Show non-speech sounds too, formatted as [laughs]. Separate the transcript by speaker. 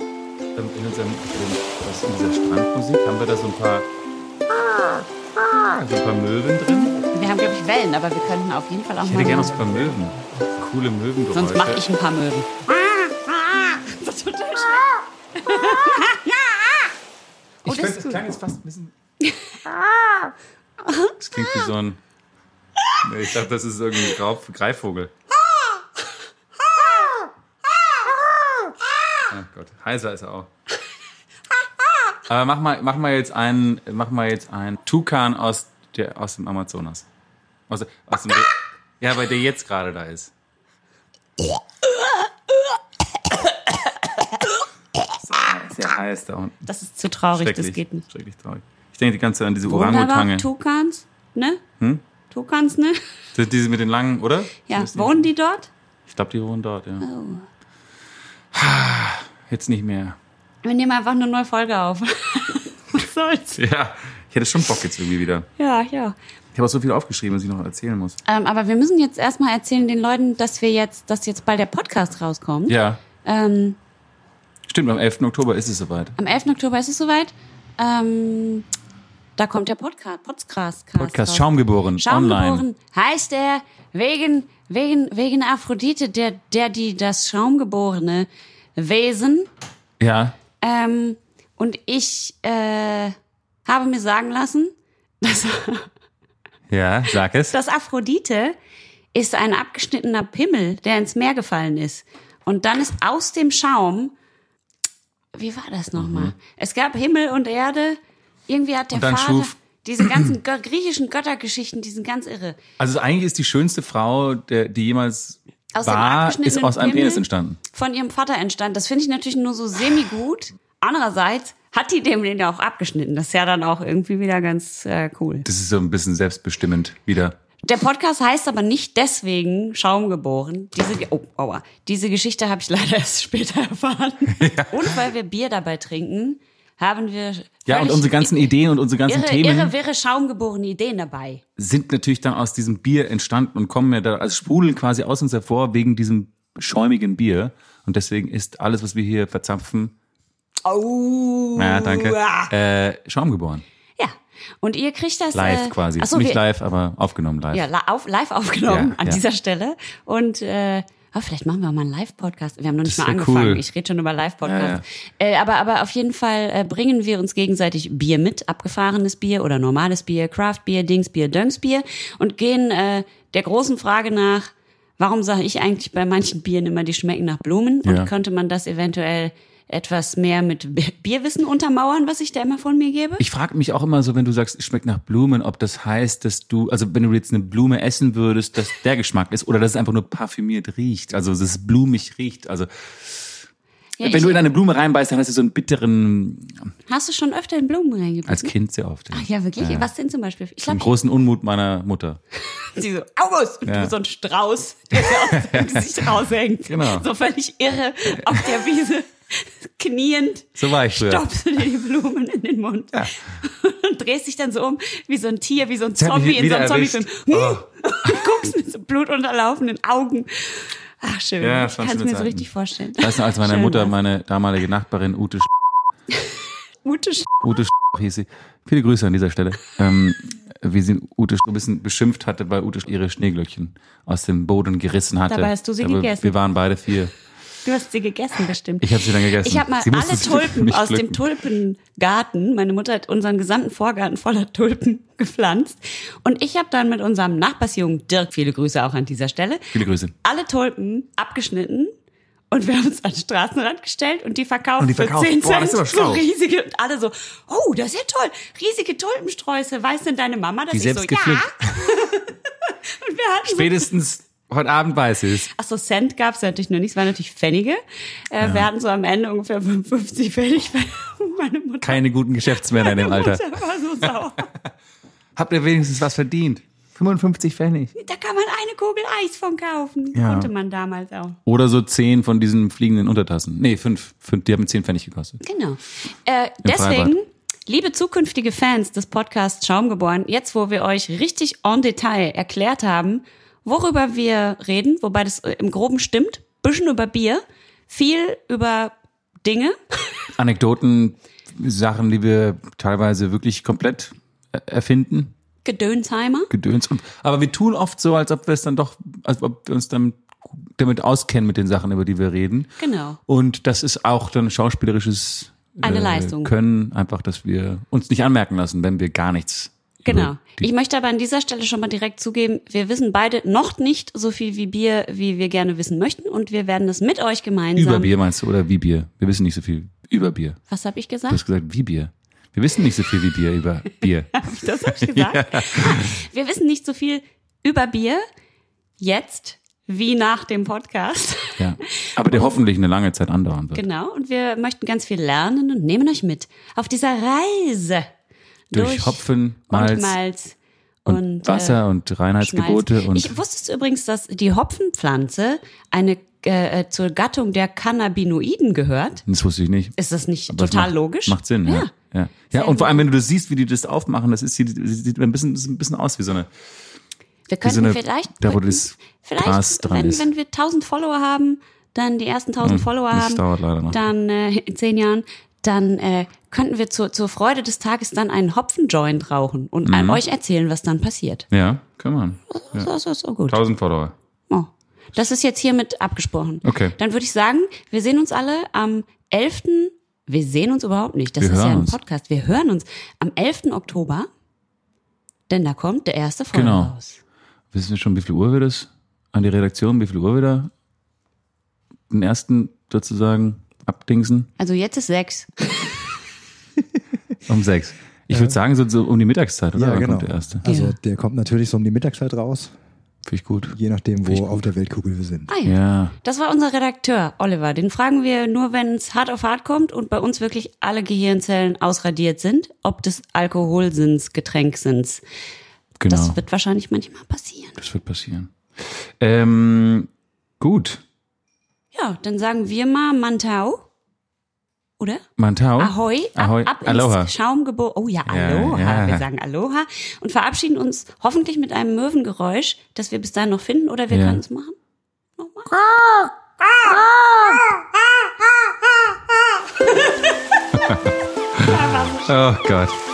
Speaker 1: ähm, in unserem, in, aus, in dieser Strandmusik haben wir da so ein paar, so ein paar Möwen drin.
Speaker 2: Wir haben, glaube ich, Wellen, aber wir könnten auf jeden Fall auch
Speaker 1: Ich
Speaker 2: mal.
Speaker 1: hätte gerne noch so ein paar Möwen. Coole Möwengeräusche.
Speaker 2: Sonst mache ich ein paar Möwen.
Speaker 1: Ich
Speaker 2: Oh, das
Speaker 1: könnte,
Speaker 2: ist
Speaker 1: das
Speaker 2: gut.
Speaker 1: klang jetzt fast ein bisschen. Das klingt wie so ein. Nee, ich dachte, das ist irgendein Graub, Greifvogel. Ach Ah, Gott, heiser ist er auch. Aber mach mal, mach mal jetzt einen, mach mal jetzt einen Tukan aus, der, aus dem Amazonas. Aus, aus dem, ja, weil der jetzt gerade da ist. Sehr heiß da unten.
Speaker 2: Das ist zu traurig, das
Speaker 1: Schrecklich.
Speaker 2: geht nicht.
Speaker 1: Schrecklich traurig. Ich denke die ganze Zeit an diese
Speaker 2: Wunderbar,
Speaker 1: Orangutange. Hm?
Speaker 2: Tukans, ne? Tukans, ne?
Speaker 1: Das- Diese mit den langen, oder?
Speaker 2: Ja,
Speaker 1: Müssen
Speaker 2: wohnen die dort? Oh.
Speaker 1: Ich glaube, die wohnen dort, ja. Jetzt nicht mehr.
Speaker 2: Wir nehmen einfach eine neue Folge auf. [laughs] Was soll's?
Speaker 1: Ja, ich hätte schon Bock jetzt irgendwie wieder.
Speaker 2: Ja, ja.
Speaker 1: Ich habe auch so viel aufgeschrieben, was ich noch erzählen muss.
Speaker 2: Ähm, aber wir müssen jetzt erstmal erzählen den Leuten, dass wir jetzt, dass jetzt bald der Podcast rauskommt.
Speaker 1: Ja,
Speaker 2: Ähm,
Speaker 1: stimmt, am 11. Oktober ist es soweit.
Speaker 2: am 11. Oktober ist es soweit. Ähm, da kommt der Podcast. Podcast.
Speaker 1: Podcast Schaumgeboren, online.
Speaker 2: Schaumgeboren heißt er wegen, wegen, wegen Aphrodite, der, der die, das Schaumgeborene Wesen.
Speaker 1: Ja,
Speaker 2: Ähm, und ich äh, habe mir sagen lassen, dass,
Speaker 1: ja, sag es.
Speaker 2: dass Aphrodite ist ein abgeschnittener Pimmel, der ins Meer gefallen ist. Und dann ist aus dem Schaum, wie war das nochmal? Es gab Himmel und Erde. Irgendwie hat der
Speaker 1: Mhm. Und dann
Speaker 2: Vater
Speaker 1: schuf-
Speaker 2: diese ganzen gö- griechischen Göttergeschichten, die sind ganz irre.
Speaker 1: [laughs] Also eigentlich ist die schönste Frau, der, die jemals
Speaker 2: Aus dem
Speaker 1: war,
Speaker 2: abgeschnittenen
Speaker 1: ist aus einem
Speaker 2: Pimmel?
Speaker 1: Penis entstanden.
Speaker 2: von ihrem Vater entstand. Das finde ich natürlich nur so semi-gut. Andererseits hat die dem den ja auch abgeschnitten. Das ist ja dann auch irgendwie wieder ganz äh, cool.
Speaker 1: Das ist so ein bisschen selbstbestimmend wieder.
Speaker 2: Der Podcast heißt aber nicht deswegen Schaum geboren. Diese, Ge- oh, aua. Diese Geschichte habe ich leider [laughs] erst später erfahren. Und weil wir Bier dabei trinken, haben wir
Speaker 1: Ja, und
Speaker 2: völlig
Speaker 1: unsere ganzen Ideen und unsere ganzen
Speaker 2: irre,
Speaker 1: Themen.
Speaker 2: irre wäre schaumgeborene Ideen dabei.
Speaker 1: sind natürlich dann aus diesem Bier entstanden und kommen ja da, also sprudeln quasi aus uns hervor wegen diesem schäumigen Bier. Und deswegen ist alles, was wir hier verzampfen,
Speaker 2: Oh.
Speaker 1: ja, danke, äh, Schaum geboren.
Speaker 2: Ja. Und ihr kriegt das
Speaker 1: Live
Speaker 2: äh,
Speaker 1: quasi.
Speaker 2: ach so,
Speaker 1: Nicht
Speaker 2: wir,
Speaker 1: live, aber aufgenommen live.
Speaker 2: Ja, li- auf, live aufgenommen
Speaker 1: Ja,
Speaker 2: an
Speaker 1: ja.
Speaker 2: dieser Stelle. Und äh, oh, vielleicht machen wir mal einen Live-Podcast. Wir haben noch nicht
Speaker 1: Das
Speaker 2: mal
Speaker 1: wär
Speaker 2: angefangen.
Speaker 1: cool.
Speaker 2: Ich rede schon über Live-Podcast. Äh, aber, aber auf jeden Fall äh, bringen wir uns gegenseitig Bier mit, abgefahrenes Bier oder normales Bier, Craft-Bier, Dingsbier, Döngsbier und gehen äh, der großen Frage nach, warum sage ich eigentlich bei manchen Bieren immer, die schmecken nach Blumen?
Speaker 1: Ja.
Speaker 2: Und könnte man das eventuell etwas mehr mit Bi- Bierwissen untermauern, was ich da immer von mir gebe?
Speaker 1: Ich frage mich auch immer so, wenn du sagst, es schmeckt nach Blumen, ob das heißt, dass du, also wenn du jetzt eine Blume essen würdest, dass der Geschmack ist oder dass es einfach nur parfümiert riecht, also dass es blumig riecht. Also
Speaker 2: Ja,
Speaker 1: wenn
Speaker 2: ich
Speaker 1: du in eine Blume reinbeißt, dann hast du so einen bitteren,
Speaker 2: hast du schon öfter in Blumen reingebissen?
Speaker 1: als Kind sehr oft.
Speaker 2: Ach ja, wirklich? Was denn zum Beispiel? Ich
Speaker 1: Einen
Speaker 2: glaube,
Speaker 1: großen Unmut meiner Mutter.
Speaker 2: Sie so, August! Und
Speaker 1: Ja.
Speaker 2: du so ein Strauß, der
Speaker 1: [laughs]
Speaker 2: dir aus dem Gesicht raushängt.
Speaker 1: Genau.
Speaker 2: So völlig irre auf der Wiese, kniend.
Speaker 1: So war ich früher.
Speaker 2: Stopfst du dir die Blumen in den Mund
Speaker 1: Ja.
Speaker 2: und drehst dich dann so um wie so ein Tier, wie so ein
Speaker 1: hat
Speaker 2: Zombie
Speaker 1: mich
Speaker 2: in so einem
Speaker 1: wieder
Speaker 2: Zombiefilm.
Speaker 1: erwischt. Oh.
Speaker 2: Hm. Und guckst mit so blutunterlaufenden Augen. Ach, schön.
Speaker 1: Ja,
Speaker 2: ich
Speaker 1: das waren
Speaker 2: kann es
Speaker 1: schöne
Speaker 2: mir so
Speaker 1: Zeiten.
Speaker 2: richtig vorstellen.
Speaker 1: Weißt du, als meine
Speaker 2: Schön ne?
Speaker 1: Mutter,
Speaker 2: war's.
Speaker 1: meine damalige Nachbarin Ute, Sch-
Speaker 2: Gute Sch
Speaker 1: Ute Sch- hieß sie, viele Grüße an dieser Stelle, ähm, wie sie Ute Sch- so ein bisschen beschimpft hatte, weil Ute Sch- ihre Schneeglöckchen aus dem Boden gerissen hatte.
Speaker 2: Dabei hast du sie
Speaker 1: Aber
Speaker 2: gegessen.
Speaker 1: Wir waren beide vier.
Speaker 2: Du hast sie gegessen, bestimmt.
Speaker 1: Ich habe sie dann gegessen.
Speaker 2: Ich habe mal
Speaker 1: sie musste
Speaker 2: alle
Speaker 1: sie
Speaker 2: Tulpen
Speaker 1: nicht
Speaker 2: aus
Speaker 1: pflücken.
Speaker 2: dem Tulpengarten, meine Mutter hat unseren gesamten Vorgarten voller Tulpen [laughs] gepflanzt. Und ich habe dann mit unserem Nachbarsjungen Dirk, viele Grüße auch an dieser Stelle,
Speaker 1: Viele Grüße.
Speaker 2: alle Tulpen abgeschnitten. Und wir haben uns an den Straßenrand gestellt und die verkauft,
Speaker 1: Und die verkauft.
Speaker 2: für 10
Speaker 1: Boah, das
Speaker 2: Cent.
Speaker 1: ist aber
Speaker 2: so
Speaker 1: schlau.
Speaker 2: riesige und alle so, oh, das ist ja toll. Riesige Tulpensträuße. Weiß denn deine Mama, dass
Speaker 1: Die
Speaker 2: ich
Speaker 1: selbst
Speaker 2: so,
Speaker 1: gepflückt.
Speaker 2: ja? und wir hatten so
Speaker 1: Spätestens heute Abend weiß sie es.
Speaker 2: Ach so, Cent gab's ja natürlich nur nicht, es waren natürlich Pfennige. Äh, Wir hatten so am Ende ungefähr 55 Pfennig. [laughs] Meine Mutter,
Speaker 1: Keine guten Geschäftsmänner in dem
Speaker 2: meine
Speaker 1: Alter.
Speaker 2: Mutter war so sauer.
Speaker 1: Habt ihr wenigstens was verdient? 55
Speaker 2: [laughs]
Speaker 1: Pfennig.
Speaker 2: [laughs] Da kann man eine Kugel Eis von kaufen.
Speaker 1: Ja.
Speaker 2: Konnte man damals auch.
Speaker 1: Oder so zehn von diesen fliegenden Untertassen. Nee, fünf. fünf. Die haben 10 Pfennig gekostet.
Speaker 2: Genau. Äh, deswegen,
Speaker 1: Freibad.
Speaker 2: liebe zukünftige Fans des Podcasts Schaumgeboren, jetzt wo wir euch richtig en Detail erklärt haben, worüber wir reden, wobei das äh, im Groben stimmt, bisschen über Bier, viel über Dinge,
Speaker 1: Anekdoten, Sachen, die wir teilweise wirklich komplett äh, erfinden,
Speaker 2: Gedönsheimer.
Speaker 1: Gedöns. Und, aber wir tun oft so, als ob wir es dann doch, als ob wir uns damit, damit auskennen mit den Sachen, über die wir reden.
Speaker 2: Genau.
Speaker 1: Und das ist auch dann schauspielerisches äh,
Speaker 2: Eine Leistung.
Speaker 1: Können einfach, dass wir uns nicht anmerken lassen, wenn wir gar nichts.
Speaker 2: Genau.
Speaker 1: über die-
Speaker 2: Ich möchte aber an dieser Stelle schon mal direkt zugeben, wir wissen beide noch nicht so viel wie Bier, wie wir gerne wissen möchten und wir werden das mit euch gemeinsam.
Speaker 1: Über Bier meinst du oder wie Bier? Wir wissen nicht so viel über Bier.
Speaker 2: Was habe ich
Speaker 1: Du
Speaker 2: gesagt?
Speaker 1: hast gesagt, wie Bier. Wir wissen nicht so viel wie Bier über
Speaker 2: [laughs]
Speaker 1: Bier.
Speaker 2: Das habe
Speaker 1: [laughs]
Speaker 2: ich gesagt. Ah, Wir wissen nicht so viel über Bier jetzt wie nach dem Podcast. [laughs]
Speaker 1: Ja. Aber der hoffentlich eine lange Zeit andauern wird.
Speaker 2: Genau. Und wir möchten ganz viel lernen und nehmen euch mit auf dieser Reise
Speaker 1: Durch, Hopfen, Malz und,
Speaker 2: und Malz und, äh,
Speaker 1: Wasser und Reinheitsgebote
Speaker 2: Schmalz.
Speaker 1: und
Speaker 2: ich wusste übrigens, dass die Hopfenpflanze eine äh, äh, zur Gattung der Cannabinoiden gehört.
Speaker 1: das wusste ich nicht.
Speaker 2: Ist das nicht
Speaker 1: Das
Speaker 2: total
Speaker 1: macht,
Speaker 2: logisch?
Speaker 1: Macht Sinn, ja.
Speaker 2: Ja.
Speaker 1: Ja, ja. und vor allem, wenn du das siehst, wie die das aufmachen, das ist sieht, sieht ein bisschen, ein bisschen aus wie so eine.
Speaker 2: Wir könnten
Speaker 1: so eine-
Speaker 2: vielleicht,
Speaker 1: da, wo
Speaker 2: könnten-
Speaker 1: das
Speaker 2: vielleicht
Speaker 1: Gras dran
Speaker 2: wenn,
Speaker 1: ist.
Speaker 2: wenn wir 1000 Follower haben, dann die ersten 1000 Follower
Speaker 1: das
Speaker 2: haben,
Speaker 1: dauert leider noch.
Speaker 2: dann äh, in zehn Jahren, dann äh, könnten wir zur, zur Freude des Tages dann einen Hopfenjoint rauchen und an euch erzählen, was dann passiert.
Speaker 1: Mhm. Ja, kann man.
Speaker 2: Das ist so gut.
Speaker 1: 1000 Follower.
Speaker 2: Oh. Das ist jetzt hiermit abgesprochen.
Speaker 1: Okay.
Speaker 2: Dann würde ich sagen, wir sehen uns alle am 11. Wir sehen uns überhaupt nicht. Das
Speaker 1: Wir
Speaker 2: ist ja
Speaker 1: hören
Speaker 2: ein
Speaker 1: uns.
Speaker 2: Podcast. Wir hören uns am 11. Oktober, denn da kommt der erste Folge
Speaker 1: Genau.
Speaker 2: raus.
Speaker 1: Wissen wir schon, wie viel Uhr wir das an die Redaktion, wie viel Uhr wir da den ersten sozusagen abdingsen?
Speaker 2: Also jetzt ist sechs.
Speaker 1: Um sechs. Ich würde sagen, so, so um die Mittagszeit, oder?
Speaker 3: Ja,
Speaker 1: Dann
Speaker 3: genau.
Speaker 1: kommt der erste.
Speaker 3: Also
Speaker 2: Ja.
Speaker 3: der kommt natürlich so um die Mittagszeit raus,
Speaker 1: Finde ich gut.
Speaker 3: je nachdem, wo auf der Weltkugel wir sind.
Speaker 2: Ah ja.
Speaker 1: Ja.
Speaker 2: Das war unser Redakteur, Oliver. Den fragen wir nur, wenn es hart auf hart kommt und bei uns wirklich alle Gehirnzellen ausradiert sind, ob des Alkoholsinns, Getränksinns.
Speaker 1: Genau.
Speaker 2: Das wird wahrscheinlich manchmal passieren.
Speaker 1: Das wird passieren. Ähm, gut.
Speaker 2: Ja, dann sagen wir mal Mantau. Oder?
Speaker 1: Mantau.
Speaker 2: Ahoi, ab,
Speaker 1: Hm? Ahoi.
Speaker 2: ab ins
Speaker 1: Aloha.
Speaker 2: Schaumgebot. Oh ja,
Speaker 1: Ja,
Speaker 2: Aloha.
Speaker 1: ja.
Speaker 2: Wir sagen Aloha und verabschieden uns hoffentlich mit einem Möwengeräusch, das wir bis dahin noch finden oder wir
Speaker 1: Ja.
Speaker 2: können es machen. Nochmal.
Speaker 1: Oh Gott.